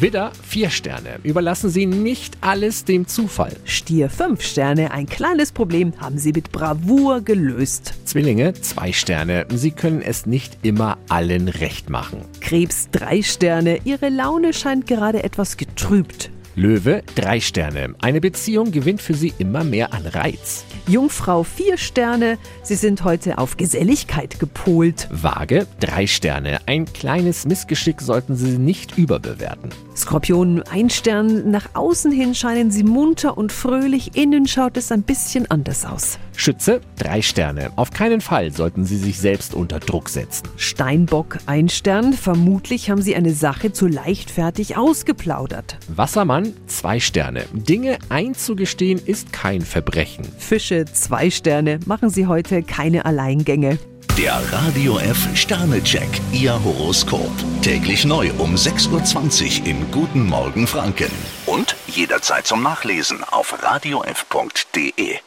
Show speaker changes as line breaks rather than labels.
Widder, vier Sterne. Überlassen Sie nicht alles dem Zufall.
Stier 5 Sterne, ein kleines Problem haben Sie mit Bravour gelöst.
Zwillinge, zwei Sterne. Sie können es nicht immer allen recht machen.
Krebs 3 Sterne, Ihre Laune scheint gerade etwas getrübt.
Löwe, drei Sterne. Eine Beziehung gewinnt für Sie immer mehr an Reiz.
Jungfrau 4 Sterne, Sie sind heute auf Geselligkeit gepolt.
Waage, drei Sterne. Ein kleines Missgeschick sollten Sie nicht überbewerten.
Skorpion 1 Stern, nach außen hin scheinen Sie munter und fröhlich, innen schaut es ein bisschen anders aus.
Schütze, drei Sterne. Auf keinen Fall sollten Sie sich selbst unter Druck setzen.
Steinbock 1 Stern, vermutlich haben Sie eine Sache zu leichtfertig ausgeplaudert.
Wassermann, zwei Sterne. Dinge einzugestehen ist kein Verbrechen.
Fische 2 Sterne, machen Sie heute keine Alleingänge.
Der Radio F Sternecheck, Ihr Horoskop. Täglich neu um 6.20 Uhr im Guten Morgen Franken. Und jederzeit zum Nachlesen auf radiof.de.